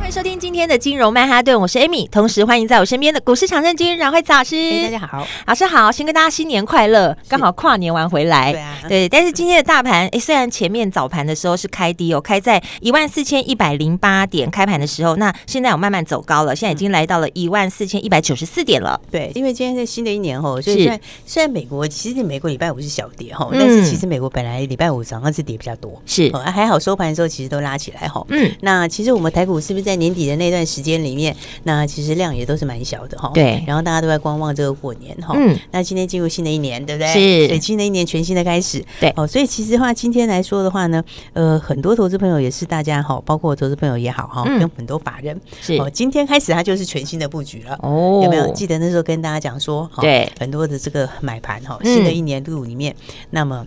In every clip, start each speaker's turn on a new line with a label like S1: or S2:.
S1: 欢迎收听今天的金融曼哈顿，我是 Amy，同时欢迎在我身边的股市常胜军阮惠慈老师。
S2: 哎大家好，
S1: 老师好，先跟大家新年快乐！刚好跨年完回来，
S2: 对啊
S1: 对但是今天的大盘，哎，虽然前面早盘的时候是开低哦，开在一万四千一百零八点，开盘的时候，那现在有慢慢走高了，现在已经来到了
S2: 嗯
S1: 一万四千一百九十四点了。
S2: 对，因为今天是新的一年吼，所
S1: 是
S2: 以虽然虽然美国其实美国礼拜五是小跌吼，
S1: 嗯
S2: 但是其实美国本来礼拜五早上是跌比较多，
S1: 是
S2: 哦还好收盘的时候其实都拉起来吼。
S1: 嗯，
S2: 那其实我们台股是不是在年底的那段时间里面，那其实量也都是蛮小的哈。
S1: 对
S2: 然后大家都在观望这个过年哈。
S1: 嗯，
S2: 那今天进入新的一年，对不对？
S1: 是
S2: 所以新的一年全新的开始。
S1: 对
S2: 哦，所以其实的话，今天来说的话呢，呃，很多投资朋友也是大家哈，包括我投资朋友也好哈，
S1: 嗯
S2: 跟很多法人
S1: 是
S2: 哦，今天开始它就是全新的布局了。
S1: 哦
S2: 有没有记得那时候跟大家讲说，哈
S1: 对
S2: 很多的这个买盘哈，
S1: 嗯
S2: 新的一年度里面，那么。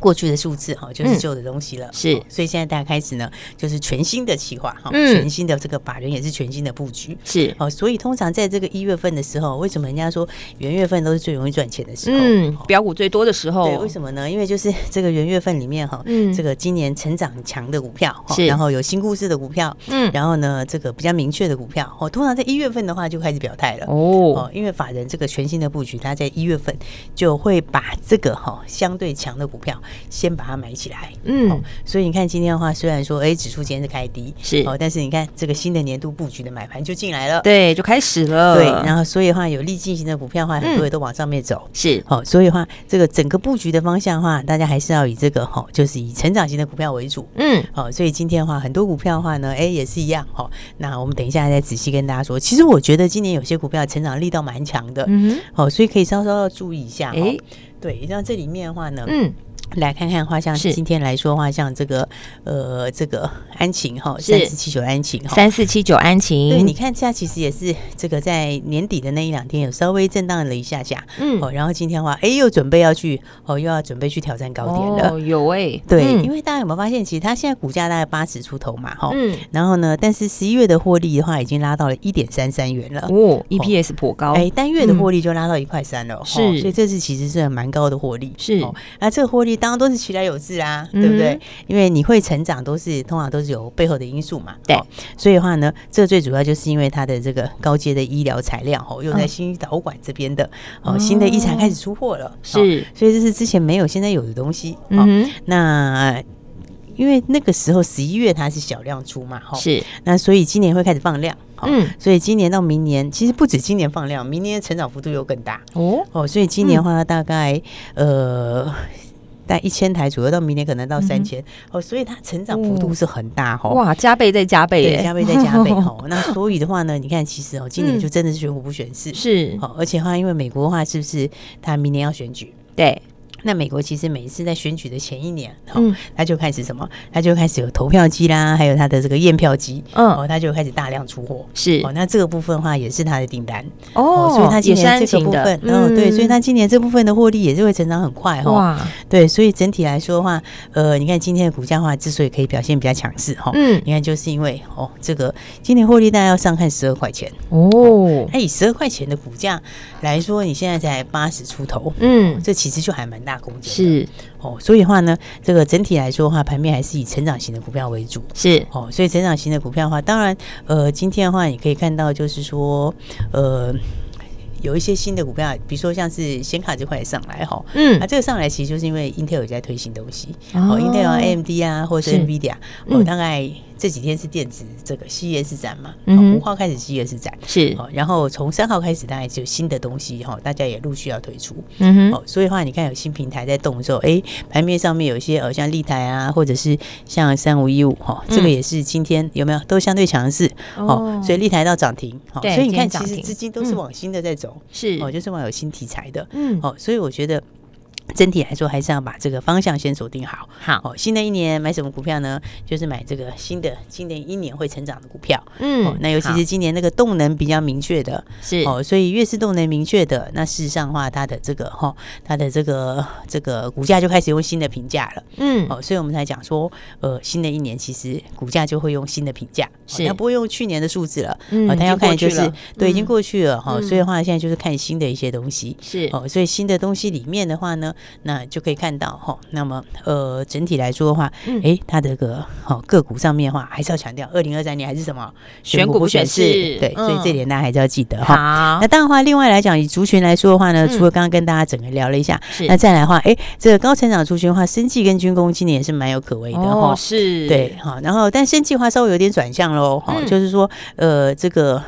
S2: 过去的数字哈，就是
S1: 嗯
S2: 旧的东西了，
S1: 是
S2: 哦所以现在大家开始呢，就是全新的企划哈，
S1: 嗯
S2: 全新的这个法人也是全新的布局，
S1: 是
S2: 哦，所以通常在这个一月份的时候，为什么人家说元月份都是最容易赚钱的时候？
S1: 嗯
S2: 哦，
S1: 标股最多的时候，
S2: 对，为什么呢？因为就是这个元月份里面哈，
S1: 嗯
S2: 这个今年成长很强的股票，哦
S1: 是
S2: 然后有新故事的股票，
S1: 嗯
S2: 然后呢，这个比较明确的股票，哦，通常在一月份的话就开始表态了。
S1: 哦
S2: 哦，，因为法人这个全新的布局，他在一月份就会把这个哈、相对强的股票先把它买起来。哦
S1: 嗯，
S2: 所以你看今天的话，虽然说哎指数今天是开低，
S1: 是
S2: 哦，但是你看这个新的年度布局的买盘就进来了。
S1: 对，就开始了，
S2: 对，然后所以的话，有利进型的股票的话，很
S1: 嗯
S2: 多也都往上面走。
S1: 是
S2: 好、所以的话，这个整个布局的方向的话，大家还是要以这个哈、哦，就是以成长型的股票为主。
S1: 嗯
S2: 好、所以今天的话，很多股票的话呢，哎，也是一样哈、哦。那我们等一下再仔细跟大家说。其实我觉得今年有些股票成长力道蛮强的，
S1: 嗯
S2: 哦，所以可以稍稍要注意一下。
S1: 哼，
S2: 哎
S1: 哎，
S2: 对，那这里面的话呢，
S1: 嗯
S2: 来看看的话，像
S1: 是
S2: 今天来说的话，像这个呃，这个安晴哈，
S1: 是
S2: 三十七九安晴哈。
S1: 三四七九安
S2: 对，你
S1: 晴，
S2: 看，现在其实也是这个在年底的那一两天有稍微震荡了一下下，
S1: 嗯
S2: 哦，然后今天的话，哎，又准备要去，哦，又要准备去挑战高点了，
S1: 哦，有哎，
S2: 对，
S1: 嗯
S2: 因为大家有没有发现，其实它现在股价大概八十出头嘛，哈、
S1: 嗯
S2: 然后呢，但是十一月的获利的话，已经拉到了一点三三元了，
S1: 哦，EPS 颇高，
S2: 哎，单月的获利就拉到一块三了，
S1: 是
S2: 吼所以这次其实是很蛮高的获利，
S1: 是
S2: 吼那这个获利当然都是其来有志啦，
S1: 嗯
S2: 对不对？因为你会成长，都是通常都是有背后的因素嘛，
S1: 对
S2: 吼所以的话呢，这最主要就是因为它的这个高阶的医疗材料，哦，用
S1: 嗯
S2: 在新导管这边的，哦，新的医材开始出货了，吼
S1: 是，
S2: 所以这是之前没有，现在有的东西，哦，
S1: 嗯
S2: 那。因为那个时候十一月它是小量出嘛，哦哈
S1: 哼，，是，
S2: 那所以今年会开始放量，吼
S1: 嗯，
S2: 所以今年到明年，其实不止今年放量，明年成长幅度又更大
S1: 哦，
S2: 哦。所以今年的话，大概、
S1: 嗯
S2: 呃。大概一千台左右，到明年可能到三千、
S1: 嗯
S2: 哦，所以它成长幅度是很大哦，
S1: 哇，加倍再加倍
S2: 对，
S1: 耶，
S2: 加倍再加倍 哦。那所以的话呢，你看其实哦，今年
S1: 嗯
S2: 就真的是选股不选市，
S1: 是，
S2: 哦，而且的话，因为美国的话是不是它明年要选举？
S1: 对，
S2: 那美国其实每一次在选举的前一年，哦，
S1: 嗯
S2: 它就开始什么？它就开始有投票机啦，还有它的这个验票机，
S1: 嗯，
S2: 哦，它就开始大量出货。
S1: 是
S2: 哦，，那这个部分的话也是它的订单
S1: 哦
S2: 所以它今
S1: 也是安
S2: 年这个
S1: 晴
S2: 部
S1: 的
S2: 分，，嗯，对，所以
S1: 它
S2: 它今年哦这部分的获利也是会成长很快哈。
S1: 哇，
S2: 对，所以整体来说的话，呃，你看今天的股价的话之所以可以表现比较强势哈，
S1: 嗯，
S2: 你看就是因为哦，这个今年获利大概要上看十二块钱，
S1: 哦，
S2: 那以十二块钱的股价来说，你现在才八十出头。
S1: 嗯，
S2: 这其实就还蛮大空间的
S1: 是
S2: 哦，所以的话呢，这个整体来说的话，盘面还是以成长型的股票为主。
S1: 是，
S2: 哦，所以成长型的股票的话，当然，呃，今天的话你可以看到，就是说，呃，有一些新的股票，比如说像是显卡这块也上来哈。
S1: 嗯
S2: 啊，，这个上来其实就是因为 Intel 有在推新东西，
S1: 哦
S2: 哦，Intel 啊、AMD 啊，或者
S1: 是
S2: 是 NVIDIA，
S1: 嗯
S2: 哦，大概这几天是电子这个 CES 展嘛，
S1: 嗯哼
S2: 哦五号开始 CES 展，
S1: 是，
S2: 哦，然后从三号开始，大概就有新的东西哈，哦大家也陆续要推出，
S1: 嗯哼，
S2: 哦，所以的话，你看有新平台在动的时候，哎，盘面上面有一些呃，像立台啊，或者是像三五一五哈，这个
S1: 嗯
S2: 也是今天有没有都相对强势哦
S1: 哦，
S2: 所以立台到涨停，哦，
S1: 对
S2: 所以你看
S1: 今天涨
S2: 其实
S1: 停
S2: 资金都是
S1: 嗯
S2: 往新的在走，
S1: 是，
S2: 哦，就是往有新题材的，
S1: 嗯，
S2: 哦，所以我觉得。整体来说还是要把这个方向先锁定好。
S1: 好，
S2: 哦，新的一年买什么股票呢？就是买这个新的今年一年会成长的股票。
S1: 嗯
S2: 哦，那尤其
S1: 好
S2: 是今年那个动能比较明确的，
S1: 是
S2: 哦，所以越是动能明确的，那事实上的话，它的这个哈、哦，它的这个这个股价就开始用新的评价了。
S1: 嗯
S2: 哦，所以我们才讲说，呃，新的一年其实股价就会用新的评价，
S1: 是
S2: 它不会用去年的数字了，
S1: 嗯
S2: 哦，它要看的
S1: 已经
S2: 就
S1: 过去
S2: 是
S1: 了
S2: 对，已经
S1: 嗯
S2: 过去了哈、
S1: 嗯
S2: 所以的话，现在就是看新的一些东西。
S1: 是
S2: 哦，所以新的东西里面的话呢，那就可以看到哈、那么呃，整体来说的话，
S1: 嗯
S2: 诶，它的个哦个股上面的话，还是要强调，二零二三年还是什么
S1: 选股不选市
S2: 对，所以
S1: 嗯
S2: 这点大家还是要记得哈。
S1: 好
S2: 那，当然的话，另外来讲，以族群来说的话呢，
S1: 啊嗯
S2: 除了刚刚跟大家整个聊了一下，
S1: 是
S2: 那再来的话，哎，这个高成长族群的话，生技跟军工今年也是蛮有可为的哈。
S1: 哦是
S2: 对，好，然后但生计话稍微有点转向喽，哈、
S1: 嗯
S2: 就是说，呃，这个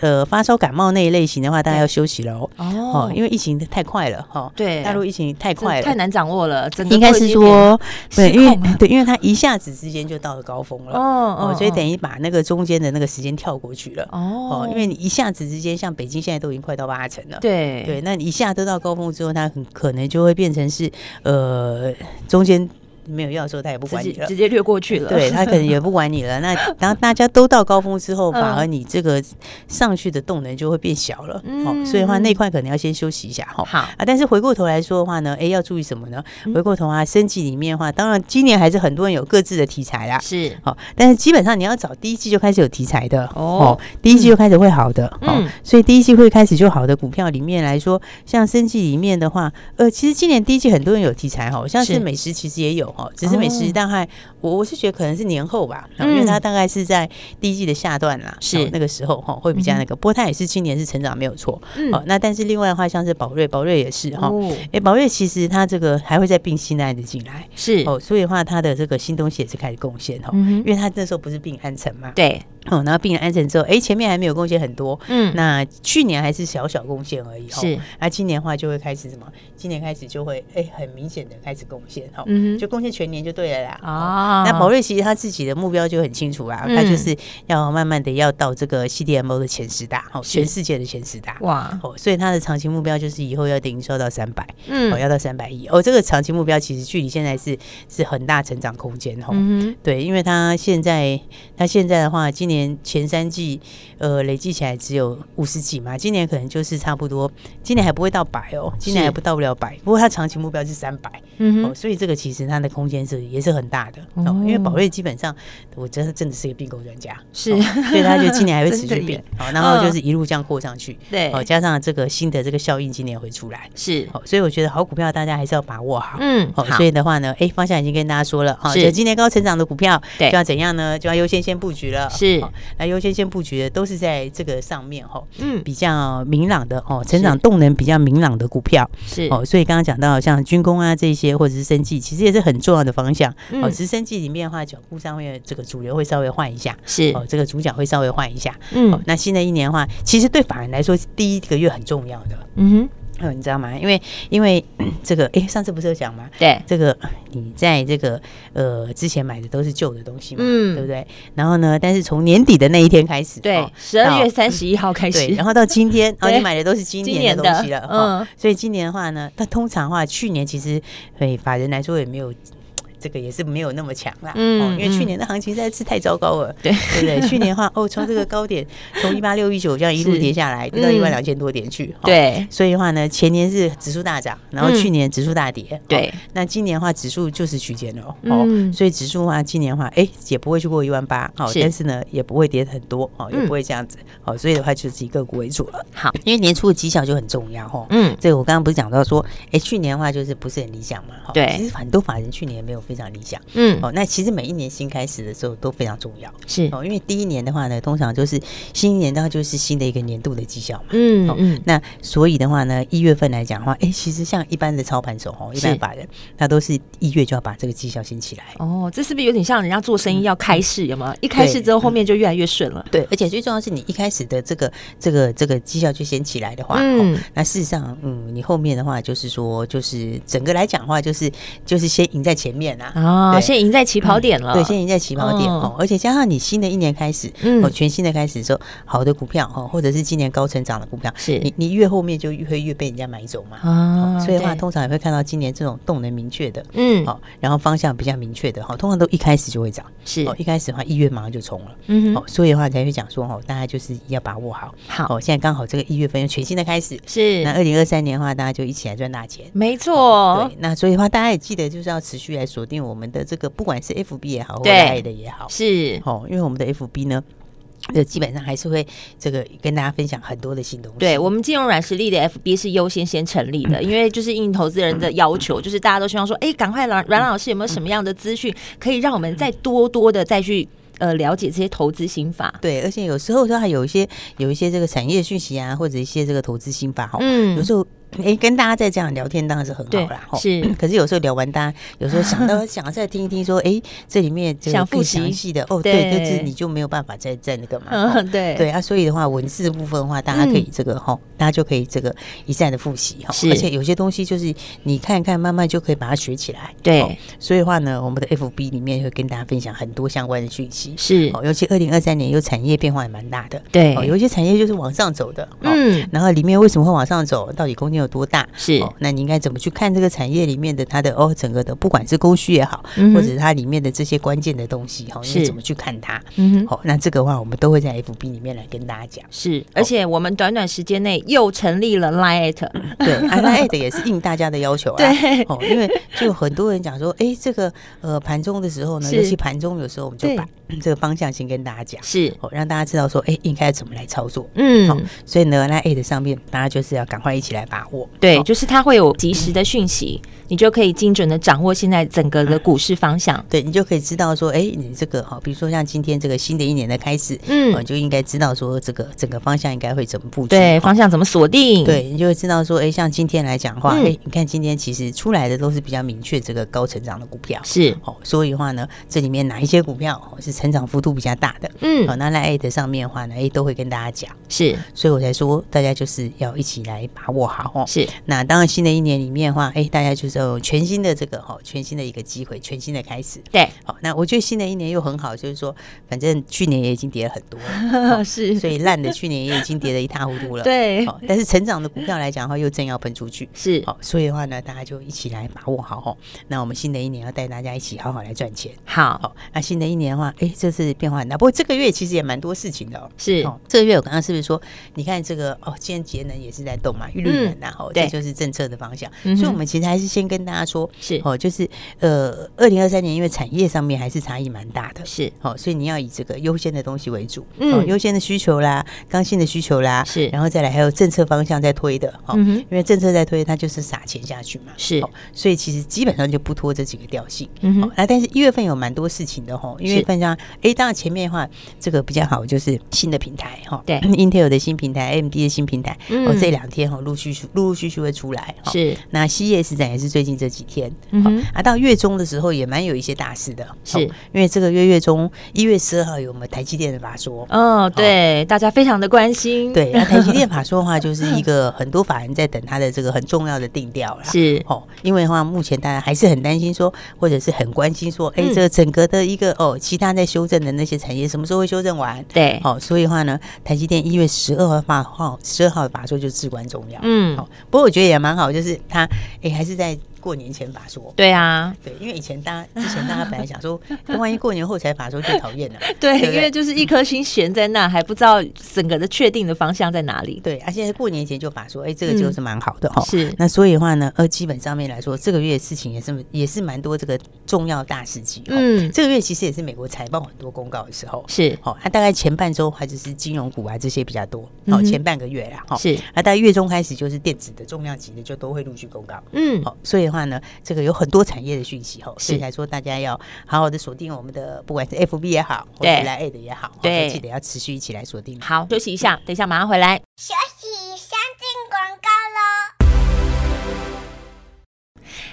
S2: 呃发烧感冒那一类型的话，大家
S1: 对
S2: 要休息喽，哦
S1: 哦，，
S2: 因为疫情太快了，哈、
S1: 对
S2: 大陆疫情太
S1: 这
S2: 快了，
S1: 太难掌握了，整个
S2: 应该
S1: 都已
S2: 是
S1: 经有点
S2: 说，对，
S1: 失
S2: 因为
S1: 控了
S2: 对，因为它一下子之间就到了高峰了，
S1: 哦
S2: 哦，所以等于把那个中间的那个时间跳过去了，
S1: 哦
S2: 哦，因为你一下子之间，像北京现在都已经快到八成了，
S1: 对
S2: 对，那你一下得到高峰之后，它很可能就会变成是呃中间没有药的时候，它也不
S1: 直
S2: 管你
S1: 接
S2: 了
S1: 直。接略过去了，
S2: 对它可能也不管你了，那 当大家都到高峰之
S1: 嗯
S2: 后，反而你这个上去的动能就会变小了。哦，所以的话
S1: 嗯
S2: 那一块可能要先休息一下哈。
S1: 好嗯
S2: 啊，但是回过头来说的话呢，哎，要注意什么呢？回过头啊，升级里面的话，当然今年还是很多人有各自的题材啦。
S1: 是
S2: 好、但是基本上你要找第一季就开始有题材的
S1: 哦
S2: 哦第一季就开始会好的、
S1: 嗯
S2: 哦，所以第一季会开始就好的股票里面来说，像生技里面的话，呃，其实今年第一季很多人有题材哈、哦，像
S1: 是
S2: 是美食其实也有哈、哦，只是美
S1: 哦
S2: 食大概、我我是觉得可能是年后吧、哦
S1: 嗯
S2: 因为它大概是在第一季的下段啦，
S1: 是
S2: 哦那个时候哈、哦、会比较那个，不过它也是今年是成长没有错、
S1: 嗯
S2: 哦，那但是另外的话像是宝瑞，宝瑞也是哈。哦
S1: 哦
S2: 哎，宝瑞其实它这个还会再并新的案子进来，
S1: 是
S2: 哦，所以的话，它的这个新东西也是开始贡献哦，
S1: 嗯哼
S2: 因为它那时候不是并安城嘛，，
S1: 对
S2: 哦，然后并了安城之后，哎，前面还没有贡献很多，
S1: 嗯
S2: 那去年还是小小贡献而已、哦，
S1: 是，
S2: 那、今年的话就会开始什么？今年开始就会哎，很明显的开始贡献哦，
S1: 嗯哼
S2: 就贡献全年就对了啦，哦
S1: 啊
S2: 那宝瑞其实他自己的目标就很清楚啦，
S1: 嗯
S2: 他就是要慢慢的要到这个 CDMO 的前十大，哦，
S1: 是
S2: 全世界的前十大，
S1: 哇
S2: 哦，所以他的长期目标就是以后要营收到三百，哦，
S1: 嗯
S2: 要到三百亿哦，这个长期目标其实距离现在是是很大成长空间哦。
S1: 嗯哼
S2: 对，因为它现在它现在的话，今年前三季呃累计起来只有五十几嘛，今年可能就是差不多，今年还不会到百哦，今年
S1: 是
S2: 还不到不了百，不过它长期目标是三百、
S1: 嗯
S2: 哦，
S1: 哼
S2: 所以这个其实它的空间是也是很大的哦，
S1: 哦
S2: 因为宝瑞基本上我真的真的是一个并购专家，
S1: 是
S2: 哦所以它就今年还 会
S1: 真
S2: 持
S1: 的
S2: 续并
S1: 耶，
S2: 哦，然后
S1: 嗯
S2: 就是一路这样扩上去，
S1: 对
S2: 哦，加上这个新的这个效应今年会出来。
S1: 是
S2: 好，所以我觉得好股票大家还是要把握好。
S1: 嗯
S2: 哦好，所以的话呢，哎，方向已经跟大家说了，好，
S1: 是
S2: 就今年高成长的股票，
S1: 对
S2: 就要怎样呢？就要优先先布局了。
S1: 是
S2: 好，那优先先布局的都是在这个上面哈，
S1: 嗯
S2: 比较明朗的哦，成长动能比较明朗的股票
S1: 是
S2: 哦。所以刚刚讲到像军工啊这些，或者是生技，其实也是很重要的方向哦。
S1: 嗯
S2: 只是生技里面的话，脚步上面这个主流会稍微换一下。
S1: 是
S2: 哦，这个主角会稍微换一下。哦
S1: 嗯，
S2: 那新的一年的话，其实对法人来说，第一个月很重要的。
S1: 嗯哼
S2: 呃，你知道吗？因为因为这个，哎，上次不是有讲吗？
S1: 对
S2: 这个你在这个呃之前买的都是旧的东西嘛，
S1: 嗯
S2: 对不对？然后呢，但是从年底的那一天开始，
S1: 对
S2: 哦，
S1: 十二月
S2: 到
S1: 三十一号开
S2: 对，
S1: 始
S2: 然后到今天，哦，
S1: 对
S2: 你买的都是今
S1: 今
S2: 年的
S1: 年的
S2: 东西了，哦
S1: 嗯
S2: 所以今年的话呢，那通常的话，去年其实对法人来说也没有。这个也是没有那么强啦，
S1: 嗯
S2: 哦，因为去
S1: 嗯
S2: 年的行情实在是太糟糕了，
S1: 对
S2: 对不对？去年的话，哦，从这个高点，从一八六一九这样一路
S1: 是
S2: 跌下来，跌到一万
S1: 嗯
S2: 两千多点去，哦
S1: 对
S2: 所以的话呢，前年是指数大涨，然后
S1: 嗯
S2: 去年指数大跌，
S1: 对
S2: 哦那今年的话指数就是区间了，
S1: 嗯
S2: 哦，所以指数的话今年的话，哎、也不会去过一万八，哦，
S1: 是
S2: 但是呢也不会跌很多，哦，也
S1: 嗯
S2: 不会这样子，哦，所以的话就是以个股为主了，
S1: 好
S2: 因为年初的绩效就很重要，哦。
S1: 嗯
S2: 这个我刚刚不是讲到说，哎，去年的话就是不是很理想嘛？哦
S1: 对
S2: 其实很多法人去年也没有非常理想。
S1: 嗯
S2: 哦，那其实每一年新开始的时候都非常重要。
S1: 是
S2: 哦，因为第一年的话呢，通常就是新一年的话就是新的一个年度的绩效嘛。
S1: 嗯
S2: 哦
S1: 嗯
S2: 那所以的话呢，一月份来讲的话，哎、其实像一般的操盘手哦，一般
S1: 是
S2: 法人，那都是一月就要把这个绩效先起来。
S1: 哦，这是不是有点像人家做生意要开市？有吗？一开市之后，后面就越来越顺了。
S2: 对，而且最重要的是，你一开始的这个这个这个绩效就先起来的话，
S1: 嗯
S2: 哦，那事实上，嗯，你后面的话就是说，就是整个来讲的话，就是就是先赢在前面啦、啊。
S1: 哦，
S2: 对
S1: 现在赢在起跑点了，
S2: 对，现在已经在起跑
S1: 嗯
S2: 点哦，而且加上你新的一年开始，
S1: 嗯
S2: 哦，全新的开始之后，好的股票哦，或者是今年高成长的股票，
S1: 是
S2: 你你越后面就越会越被人家买走嘛。
S1: 啊
S2: 嗯所以的话，
S1: 对
S2: 通常也会看到今年这种动能明确的，
S1: 嗯
S2: 好、然后方向比较明确的，好、通常都一开始就会涨，
S1: 是
S2: 哦，一开始的话一月马上就冲了，
S1: 嗯
S2: 哦
S1: 哼，
S2: 所以的话才会讲说，哦，大家就是要把握好，
S1: 好
S2: 哦，现在刚好这个一月份又全新的开始，那
S1: 是
S2: 二零二三年的话，大家就一起来赚大钱。
S1: 没错
S2: 对，，那所以的话，大家也记得就是要持续来锁定我们的这个，不管是 FB 也好，或者
S1: 对
S2: i 的也好，
S1: 是
S2: 哦，因为我们的 FB 呢，呃，基本上还是会这个跟大家分享很多的新东西。
S1: 对我们金融软实力的 FB 是优先先成立的，
S2: 嗯
S1: 因为就是应投资人的要求，就是大家都希望说，哎，赶快阮阮老师有没有什么样的资讯可以让我们再多多的再去呃了解这些投资心法？
S2: 对，而且有时候说还有一些有一些这个产业讯息啊，或者一些这个投资心法哈、
S1: 嗯
S2: 有时候。哎，跟大家在这样聊天当然是很
S1: 对
S2: 好啦，吼
S1: 是
S2: 可是有时候聊完，大家有时候 想到想要再听一听，说，哎，这里面这个
S1: 想复
S2: 更
S1: 习
S2: 详细的哦，
S1: 对
S2: 对，但是你就没有办法再再 那个嘛。吼
S1: 嗯，对
S2: 对啊，所以的话，文字的部分的话，大家可以
S1: 嗯
S2: 这个哈、大家就可以这个一再的复习哈、
S1: 是
S2: 而且有些东西就是你看一看，慢慢就可以把它学起来。哦
S1: 对
S2: 所以的话呢，我们的 FB 里面会跟大家分享很多相关的讯息。
S1: 是，
S2: 哦，尤其二零二三年有产业变化也蛮大的，
S1: 对
S2: 哦，有一些产业就是往上走的，哦、
S1: 嗯
S2: 然后里面为什么会往上走？到底空间有多大？
S1: 是
S2: 哦，那你应该怎么去看这个产业里面的它的哦，整个的不管是供需也好，
S1: 嗯哼
S2: 或者是它里面的这些关键的东西，哈、哦，
S1: 是
S2: 你怎么去看它？
S1: 嗯哼。
S2: 好、那这个话我们都会在 FB 里面来跟大家讲。
S1: 是，而且我们短短时间内又成立了 Lite，
S2: 对，啊，那 a 的也是应大家的要求啊。
S1: 对
S2: 哦，因为就很多人讲说，哎、这个呃盘中的时候呢，
S1: 是
S2: 尤其盘中有时候我们就
S1: 对
S2: 把这个方向先跟大家讲，
S1: 是，
S2: 哦，让大家知道说，哎、应该怎么来操作。好
S1: 嗯，
S2: 所以呢，那 A 的上面大家就是要赶快一起来把握。
S1: 对，
S2: 哦
S1: 就是它会有及时的讯息，你就可以精准的掌握现在整个的股市方向。
S2: 对你就可以知道说，哎、你这个哈，哦比如说像今天这个新的一年的开始，
S1: 嗯
S2: 哦你就应该知道说这个整个方向应该会怎么布局。
S1: 对，
S2: 哦
S1: 方向怎么锁定？，
S2: 对你就会知道说，哎、像今天来讲的话，哎、
S1: 嗯
S2: 你看今天其实出来的都是比较明确这个高成长的股票，
S1: 是，
S2: 哦，所以的话呢，这里面哪一些股票哦是成长幅度比较大的？哦
S1: 嗯
S2: 好、，那在 A 的上面的话呢，哎都会跟大家讲，
S1: 是
S2: 所以我才说大家就是要一起来把握好哦。
S1: 是，
S2: 那当然，新的一年里面的话，哎，大家就是有全新的这个哦，全新的一个机会，全新的开始。
S1: 对，
S2: 好、那我觉得新的一年又很好，就是说，反正去年也已经跌了很多 了 哦
S1: 是
S2: 所以烂的去年也已经跌得一塌糊涂了。
S1: 对
S2: 哦，但是成长的股票来讲的话，又正要喷出去。
S1: 是
S2: 好、所以的话呢，大家就一起来把握好哦。那我们新的一年要带大家一起好好来赚钱。
S1: 好
S2: 好、那新的一年的话，哎，这次变化很大，不过这个月其实也蛮多事情的哦。
S1: 是
S2: 哦，这个月我刚刚是不是说，你看这个哦，今天节能也是在动嘛，绿能然后、哦、
S1: 嗯对
S2: 这就是政策的方向，
S1: 嗯哼
S2: 所以我们其实还是先跟大家说，
S1: 是
S2: 哦，就是呃，二零二三年因为产业上面还是差异蛮大的。
S1: 是
S2: 哦，所以你要以这个优先的东西为主，
S1: 嗯
S2: 哦优先的需求啦，刚性的需求啦，
S1: 是
S2: 然后再来还有政策方向在推的，哦，
S1: 嗯哼
S2: 因为政策在推，它就是撒钱下去嘛，
S1: 是
S2: 哦所以其实基本上就不拖这几个调性，
S1: 嗯哼
S2: 哦那但是一月份有蛮多事情的吼，因为
S1: 是
S2: 分享哎，当然前面的话，这个比较好就是新的平台哈，
S1: 对
S2: ，Intel 的新平台，AMD 的新平台，
S1: 嗯
S2: 哦，这两天哈陆续续陆陆续续会出来，哦。
S1: 是
S2: 那西夜市展也是最近这几天，
S1: 嗯
S2: 好
S1: 哼
S2: 啊，到月中的时候也蛮有一些大事的，
S1: 是
S2: 哦因为这个月月中一月十二号有我们台积电的法说，
S1: 哦，对，大家非常的关心，
S2: 对，那台积电法说的话就是一个很多法人在等它的这个很重要的定调啦，
S1: 是
S2: 哦，因为的话，目前大家还是很担心说，或者是很关心说，哎、
S1: 嗯
S2: 这整个的一个哦，其他在修正的那些产业什么时候会修正完？
S1: 对，
S2: 哦，所以的话呢，台积电一月十二号发号十二号的法说就至关重要。
S1: 嗯
S2: 哦，不过我觉得也蛮好，就是它哎还是在过年前法说。
S1: 对啊，
S2: 对，因为以前大家之前大家本来 想说，哎万一过年后才法说最讨厌了。
S1: 对，
S2: 对不
S1: 因
S2: 对
S1: 为就是一颗心悬在那，还不知道整个的确定的方向在哪里。
S2: 对，啊，现在过年前就法说，哎、这个就是蛮好的哈、
S1: 嗯
S2: 哦。
S1: 是
S2: 那所以的话呢，呃，基本上面来说，这个月的事情也是也是蛮多这个重要大事情。哦、
S1: 嗯
S2: 这个月其实也是美国财报很多公告的时候。
S1: 是
S2: 好、哦，那、大概前半周还就是金融股啊这些比较多，
S1: 嗯
S2: 哦，
S1: 哼
S2: 前半个月啦，哈、哦，
S1: 是，
S2: 那大概月中开始就是电子的重量级的就都会陆续公告，
S1: 嗯
S2: 好、所以的话呢，这个有很多产业的讯息哈、哦，所以
S1: 是
S2: 才说大家要好好的锁定我们的，不管是 FB 也好，或
S1: 对
S2: 者来 A 的也好，哦
S1: 对
S2: 都记得要持续一起来锁定。
S1: 好，休息一下，等一下马上回来。
S3: 休息，先进广告喽。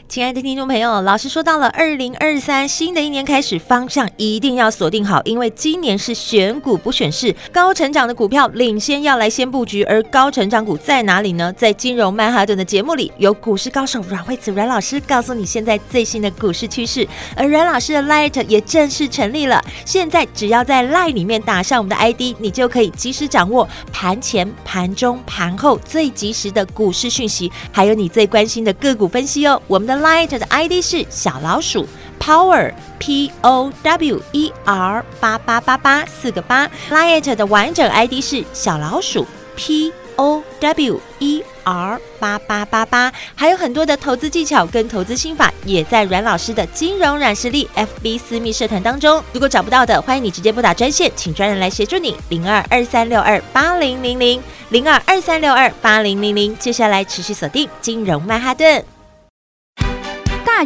S1: 亲爱的听众朋友，老师说到了二零二三新的一年开始，方向一定要锁定好，因为今年是选股不选市，高成长的股票领先要来先布局，而高成长股在哪里呢？在金融曼哈顿的节目里，有股市高手阮慧慈阮老师告诉你现在最新的股市趋势，而阮老师的 Light 也正式成立了，现在只要在 Light 里面打上我们的 ID，你就可以及时掌握盘前、盘中、盘后最及时的股市讯息，还有你最关心的个股分析哦。我们的 Light 的 ID 是小老鼠 Power P O W E R 八八八八四个八，Light 的完整 ID 是小老鼠 P O W E R 八八八八，还有很多的投资技巧跟投资心法，也在阮老师的金融软实力 FB 私密社团当中。如果找不到的，欢迎你直接拨打专线，请专人来协助你，零二二三六二八零零零零二二三六二八零零零。接下来持续锁定金融曼哈顿。
S3: 大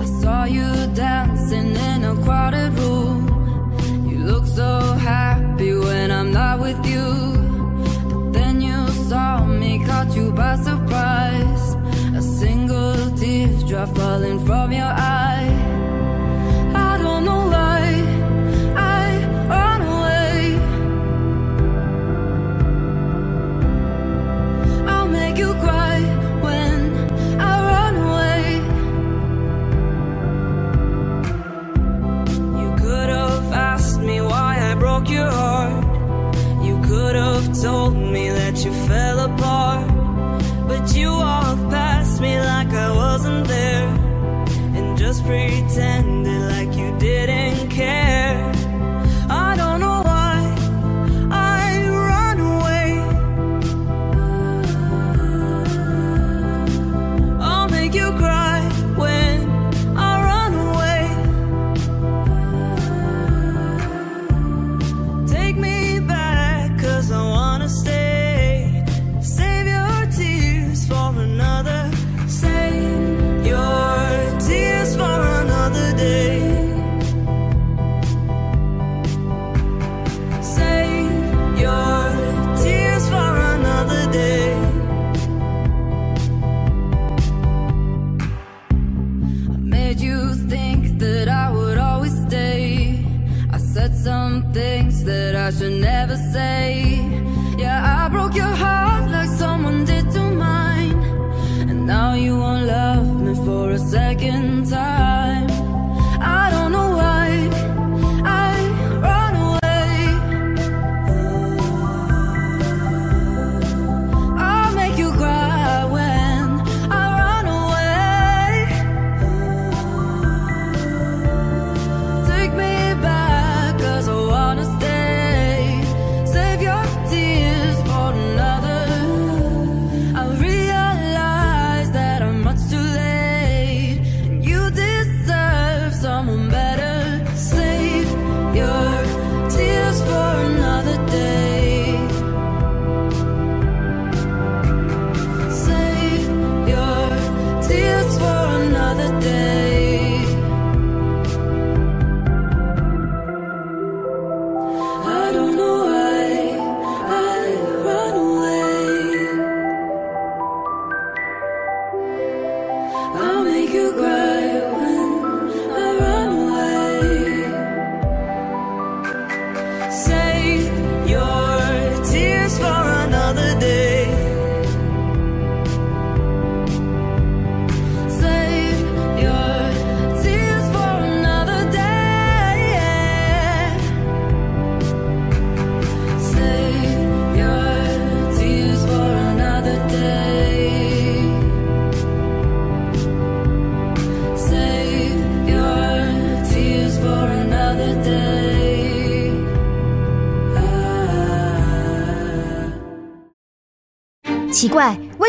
S4: I saw you dancing in a crowded room. You look so happy when I'm not with you. But then you saw me, caught you by surprise. A single teardrop falling from your eye. I don't know why I run away. I'll make you cry when I run away. You could have asked me why I broke your heart. You could have told me that you fell apart. But you walked past me like I wasn't there. And just pretended like you didn't care. I don't know why I run away. I'll make you cry when I run away. Take me back, cause I wanna stay. Save your tears for another. Save your tears for another day. Save your tears for another day. I made you think that I would always stay. I said some things that I should never say. Yeah, I broke your heart like someone did to mine. And now you won't love me for a second time. I don't know why I run away. I'll make you cry when I run away. Take me back, cause I wanna stay. Save your tears for another. I realize that I'm much too late. And you deserve someone better. Save your tears for another day. Save your tears for another day. I don't know why I run away. I'll make you cry when I run away. Save your tears for another day. Save your tears for another day. Save your tears for another day. Save your tears for another day. Ah.
S3: 奇怪，为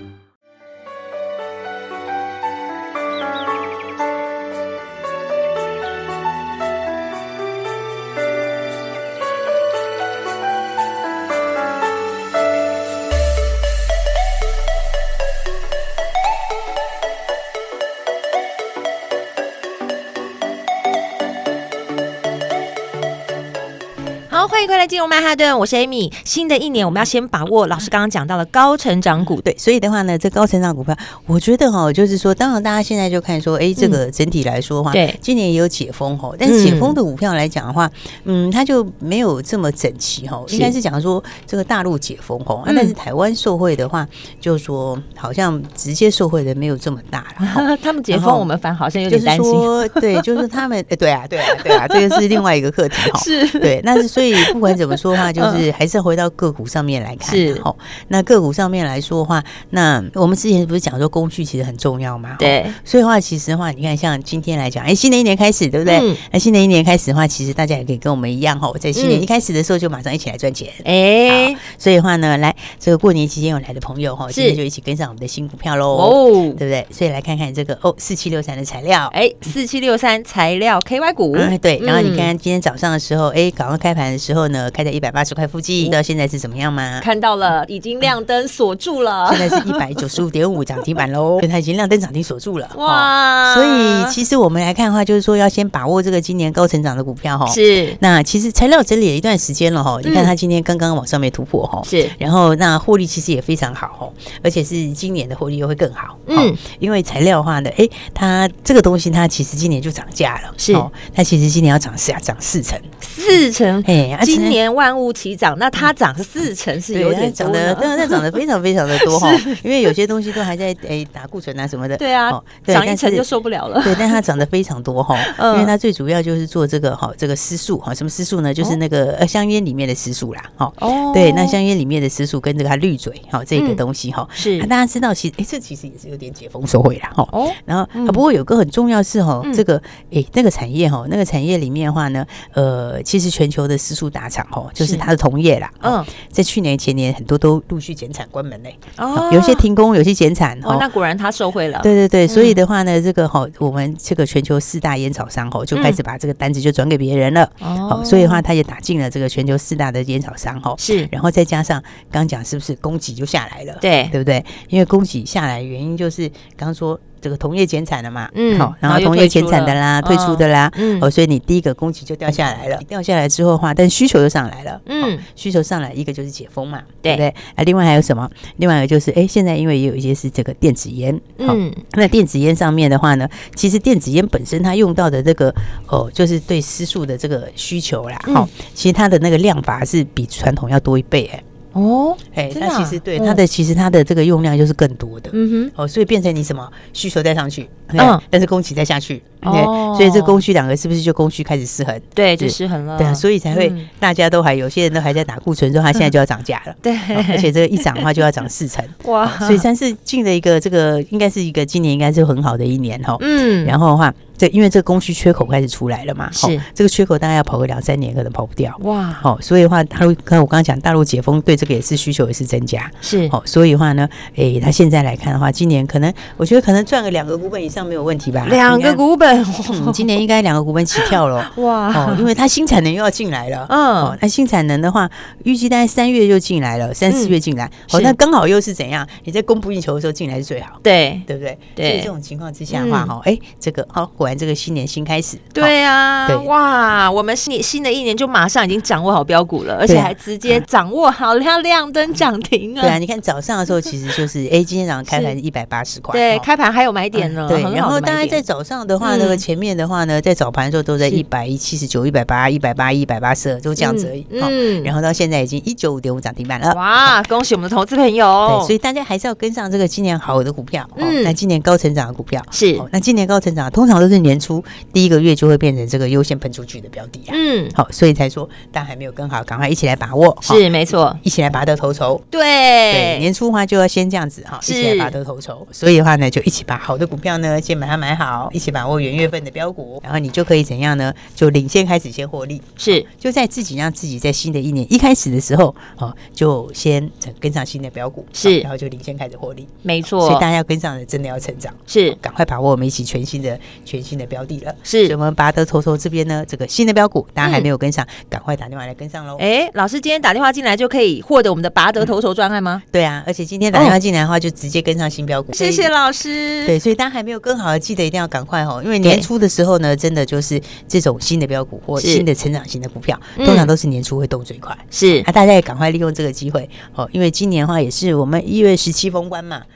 S1: 好，欢迎回来金融曼哈顿，我是 Amy。新的一年，我们要先把握老师刚刚讲到的高成长股，
S2: 对，所以的话呢，这高成长股票，我觉得哈，就是说，当然大家现在就看说，哎，这个整体来说的
S1: 嗯
S2: 话，
S1: 对嗯
S2: 今年也有解封哈，但是解封的股票来讲的话，嗯，它就没有这么整齐哈，
S1: 是
S2: 应该是讲说这个大陆解封哈，啊
S1: 嗯
S2: 但是台湾受惠的话，就说好像直接受惠的没有这么大 了。吼
S1: 他们解
S2: 然
S1: 封，
S2: 后
S1: 我们反而好像有点
S2: 就是
S1: 担心。
S2: 说，对，就是 他们，哎对啊，对啊，对啊，这个是另外一个课题哈。
S1: 是，嗯
S2: 对，那是所以不管怎么说的 话，就是还是要回到个股上面来看啊。
S1: 是
S2: 哦，那个股上面来说的话，那我们之前不是讲说工具其实很重要嘛？吼。
S1: 对，
S2: 所以的话，其实的话，你看，像今天来讲，哎，新的一年开始，对不对
S1: 嗯？
S2: 那、新的一年开始的话，其实大家也可以跟我们一样哈，在新年一开始的时候就马上一起来赚钱。
S1: 哎，
S2: 所以的话呢，来这个过年期间有来的朋友哈，今天就一起跟上我们的新股票喽，
S1: 哦
S2: 对，不对？所以来看看这个哦，四七六三的材料，
S1: 哎，四七六三材料 KY 股，
S2: 哎，对，然后你
S1: 嗯
S2: 看今天早上的时候，哎、港澳开盘的时候呢，开在一百八十块附近，到现在是怎么样吗？
S1: 看到了，已经亮灯锁住了，
S2: 现在是一百九十五点五涨停板 喽，所以它已经亮灯涨停锁住了哇！
S1: 哇，
S2: 所以其实我们来看的话，就是说要先把握这个今年高成长的股票哈。
S1: 是
S2: 那其实材料整理了一段时间了哈，你看
S1: 嗯
S2: 它今天刚刚往上面突破哈，
S1: 是
S2: 然后那获利其实也非常好哦，而且是今年的获利又会更好。
S1: 嗯
S2: 哦，因为材料的话呢，诶，它这个东西它其实今年就涨价了，
S1: 是
S2: 哦，它其实今年要涨四啊，涨四成。
S1: 四成，
S2: 哎啊
S1: 今
S2: 成
S1: 年万物齐涨，那它涨四成是
S2: 对
S1: 有
S2: 它
S1: 点
S2: 涨
S1: 多
S2: 得，
S1: 呢
S2: 当然它涨得非常非常的 多哈，因为有些东西都还在诶打库存啊什么的。
S1: 对啊
S2: 哦，对
S1: 涨一
S2: 但
S1: 成
S2: 是
S1: 就受不了了，
S2: 对，但它涨得非常 多哈，
S1: 嗯
S2: 因为它最主要就是做这个哈，这个私速哈，什么私速呢？就是那个呃香烟里面的私速啦，哈。
S1: 哦
S2: 对，那香烟里面的私速跟这个它绿嘴哈这个
S1: 嗯
S2: 东西哈，
S1: 是
S2: 啊大家知道其实哎这其实也是有点解封收回啦哈。
S1: 哦，
S2: 然后、啊，不过有个很重要是哈，
S1: 嗯
S2: 这个诶那个产业哈，那个产业里面的话呢，呃，其实全球的私速大厂哈，就是
S1: 是
S2: 它的同业啦，嗯。
S1: 嗯，
S2: 在去年、前年很多都陆续减产关门嘞、
S1: 哦
S2: 有一些停工，有些减产
S1: 哦，
S2: 哦
S1: 那。果然它受惠了，
S2: 对对对，所以的话呢，这个哈，我们这个全球四大烟草商哈，就开始把这个单子就转给别人了。
S1: 哦
S2: 好，所以的话，它也打进了这个全球四大的烟草商哈。
S1: 是
S2: 然后再加上刚讲是不是供给就下来了？
S1: 对
S2: 对不对？因为供给下来，原因就是刚说这个同业减产了嘛，
S1: 嗯
S2: 好，
S1: 然
S2: 然
S1: 后
S2: 后
S1: 又
S2: 同业减产的啦，
S1: 退
S2: 退
S1: 出了
S2: 出的啦，
S1: 嗯
S2: 哦，所以你第一个供给就掉下来了，掉下来之后的话，但需求又上来了，
S1: 嗯
S2: 哦需求上来，一个就是解封嘛，
S1: 对
S2: 不对？啊，另外还有什么？另外一个就是，哎，现在因为也有一些是这个电子烟，好
S1: 嗯，
S2: 那电子烟上面的话呢，其实电子烟本身它用到的这个哦，就是对私速的这个需求啦，
S1: 嗯
S2: 好、其实它的那个量法是比传统要多一倍、哎
S1: 哦，
S2: 哎、
S1: 真的
S2: 它
S1: 啊
S2: 其实对
S1: 嗯
S2: 它的、其实它的这个用量就是更多的。
S1: 嗯
S2: 哦，所以变成你什么需求再上去，
S1: 嗯
S2: 嗯，但是供给再下去，对，
S1: 哦
S2: 所以这供需两个是不是就供需开始失衡？
S1: 哼，对，就是失衡了，
S2: 对啊，所以才会
S1: 嗯
S2: 大家都还有些人都还在打库存，说它现在就要涨价了，
S1: 对
S2: 哦而且这个一涨的话就要涨四成， 哦
S1: 哇，
S2: 所以算是进了一个这个应该是一个今年应该是很好的一年哈。
S1: 嗯，
S2: 然后的话，这因为这个供需缺口开始出来了嘛，
S1: 是
S2: 齁这个缺口大概要跑个两三年可能跑不掉。
S1: 哇，
S2: 好、所以的话，大陆刚才我刚刚讲，大陆解封对这个也是需求也是增加。
S1: 是
S2: 好、所以的话呢，诶，他现在来看的话，今年可能我觉得可能赚个两个股本以上没有问题吧。
S1: 两
S2: 应该
S1: 个，股本，。
S2: 嗯，今年应该两个股本起跳了
S1: 哇
S2: 哦，，因为它新产能又要进来了。哦
S1: 嗯，，
S2: 那新产能的话，预计大概三月就进来了，三四月进来。
S1: 嗯是
S2: 哦，那刚好又是怎样？你在供不应求的时候进来是最好。
S1: 对，
S2: 对不对？
S1: 对
S2: 所以这种情况之下的话，
S1: 嗯
S2: 哈、哎，这个哦，果完这个新年新开始。哦
S1: 对啊，
S2: 对
S1: 哇，我们新新的一年就马上已经掌握好标股了，而且
S2: 对啊
S1: 还直接掌握好亮亮灯涨停
S2: 对啊，
S1: 啊！
S2: 你看早上的时候，其实就是 哎，今天早上开盘一百八十块，
S1: 对，
S2: 哦
S1: 开盘还有买点呢，
S2: 对
S1: 很好，的
S2: 然后
S1: 买
S2: 大概
S1: 点
S2: 在早上的话呢，
S1: 嗯
S2: 前面的话呢，在早盘的时候都在
S1: 是
S2: 一百一七十九、一百八、一百八、一百八十二，都这样子而已。
S1: 嗯
S2: 哦
S1: 嗯
S2: 然后到现在已经一九五点五涨停板了。
S1: 哇，恭喜我们的投资朋友
S2: 对，，所以大家还是要跟上这个今年好的股票，哦
S1: 哦嗯
S2: 那今年高成长的股票
S1: 是
S2: 哦那今年高成长通常都是年初第一个月就会变成这个优先喷出去的标的啊，
S1: 嗯，
S2: 好，所以才说大家还没有跟好，赶快一起来把握，哦
S1: 是没错，
S2: 一起来拔得头筹。对，
S1: 对，
S2: 年初的话就要先这样子哈，一
S1: 是
S2: 起来拔得头筹。所以的话呢，就一起把好的股票呢先把它买好，一起把握元月份的标股，然后你就可以怎样呢？就领先开始先获利，
S1: 是
S2: 就在自己让自己在新的一年一开始的时候，哦，就先跟上新的标股，哦
S1: 是
S2: 然后就领先开始获利。
S1: 没
S2: 所以
S1: 错，
S2: 大家要跟上的，真的要成长。
S1: 是
S2: 哦赶快把握我们一起全新的全新的标的了，
S1: 是
S2: 所以我们拔得头筹这边呢，这个新的标股大家还没有跟上，赶快打电话来跟上喽。
S1: 嗯哎，老师今天打电话进来就可以获得我们的拔得头筹专案吗？
S2: 对啊，而且今天打电话进来的话，就直接跟上新标股。
S1: 哦谢谢老师，
S2: 对，所以大家还没有更好的，记得一定要赶快哦，因为年初的时候呢，真的就是这种新的标股或
S1: 是
S2: 新的成长型的股票，
S1: 嗯
S2: 通常都是年初会动最快。
S1: 是
S2: 啊，大家也赶快利用这个机会哦，因为今年的话也是我们一月十七封关嘛，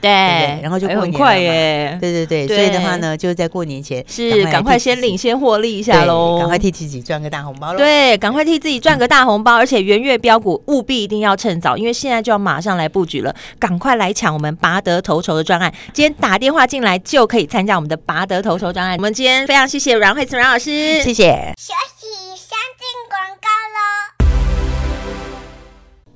S2: 对不对然后就
S1: 哎
S2: 过
S1: 很
S2: 年
S1: 快
S2: 了嘛
S1: 耶，
S2: 对对对，
S1: 对
S2: 所以的话呢，就是在过年前
S1: 是赶快
S2: 替自
S1: 先
S2: 己
S1: 领先获利一下
S2: 对
S1: 喽，
S2: 赶快替自己赚个大红包喽。
S1: 对，赶快替自己赚个大红包，而且元月标股务必一定要趁早，因为现在就要马上来布局了，赶快来抢我们拔得头筹的专案。今天打电话进来就可以参加我们的拔得头筹专案。我们今天非常谢谢阮慧慈阮老师，
S2: 谢谢。
S5: 学习相进广告喽。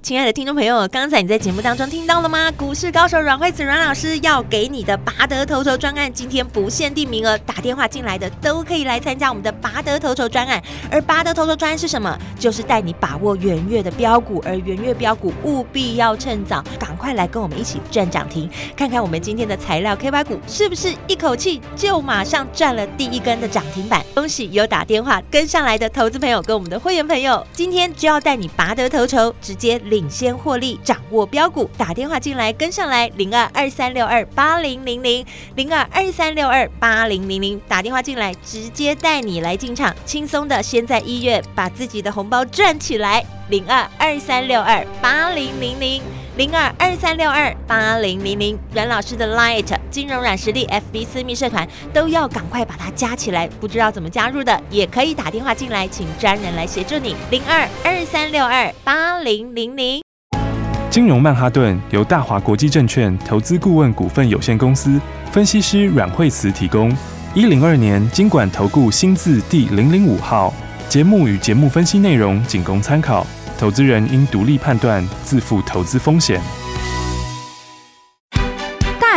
S1: 亲爱的听众朋友，刚才你在节目当中听到了吗？股市高手阮慧慈阮老师要给你的拔得头筹专案，今天不限定名额，打电话进来的都可以来参加我们的拔得头筹专案。而拔得头筹专案是什么？就是带你把握元月的标股，而元月标股务必要趁早，赶快来跟我们一起赚涨停，看看我们今天的材料 K 八股是不是一口气就马上赚了第一根的涨停板。恭喜有打电话跟上来的投资朋友跟我们的会员朋友，今天就要带你拔得头筹，直接领先获利，掌握标股。打电话进来跟上来，零二二三六二八零零零。零二二三六二八零零零打电话进来，直接带你来进场，轻松的先在一月把自己的红包赚起来。零二二三六二八零零零零二二三六二八零零零，阮老师的 Light 金融软实力 FB 私密社团都要赶快把它加起来，不知道怎么加入的，也可以打电话进来，请专人来协助你。零二二三六二八零零零。
S6: 金融曼哈顿由大华国际证券投资顾问股份有限公司分析师阮惠慈提供。一零二年经管投顾新字第零零五号。节目与节目分析内容仅供参考，投资人应独立判断，自负投资风险。
S3: 大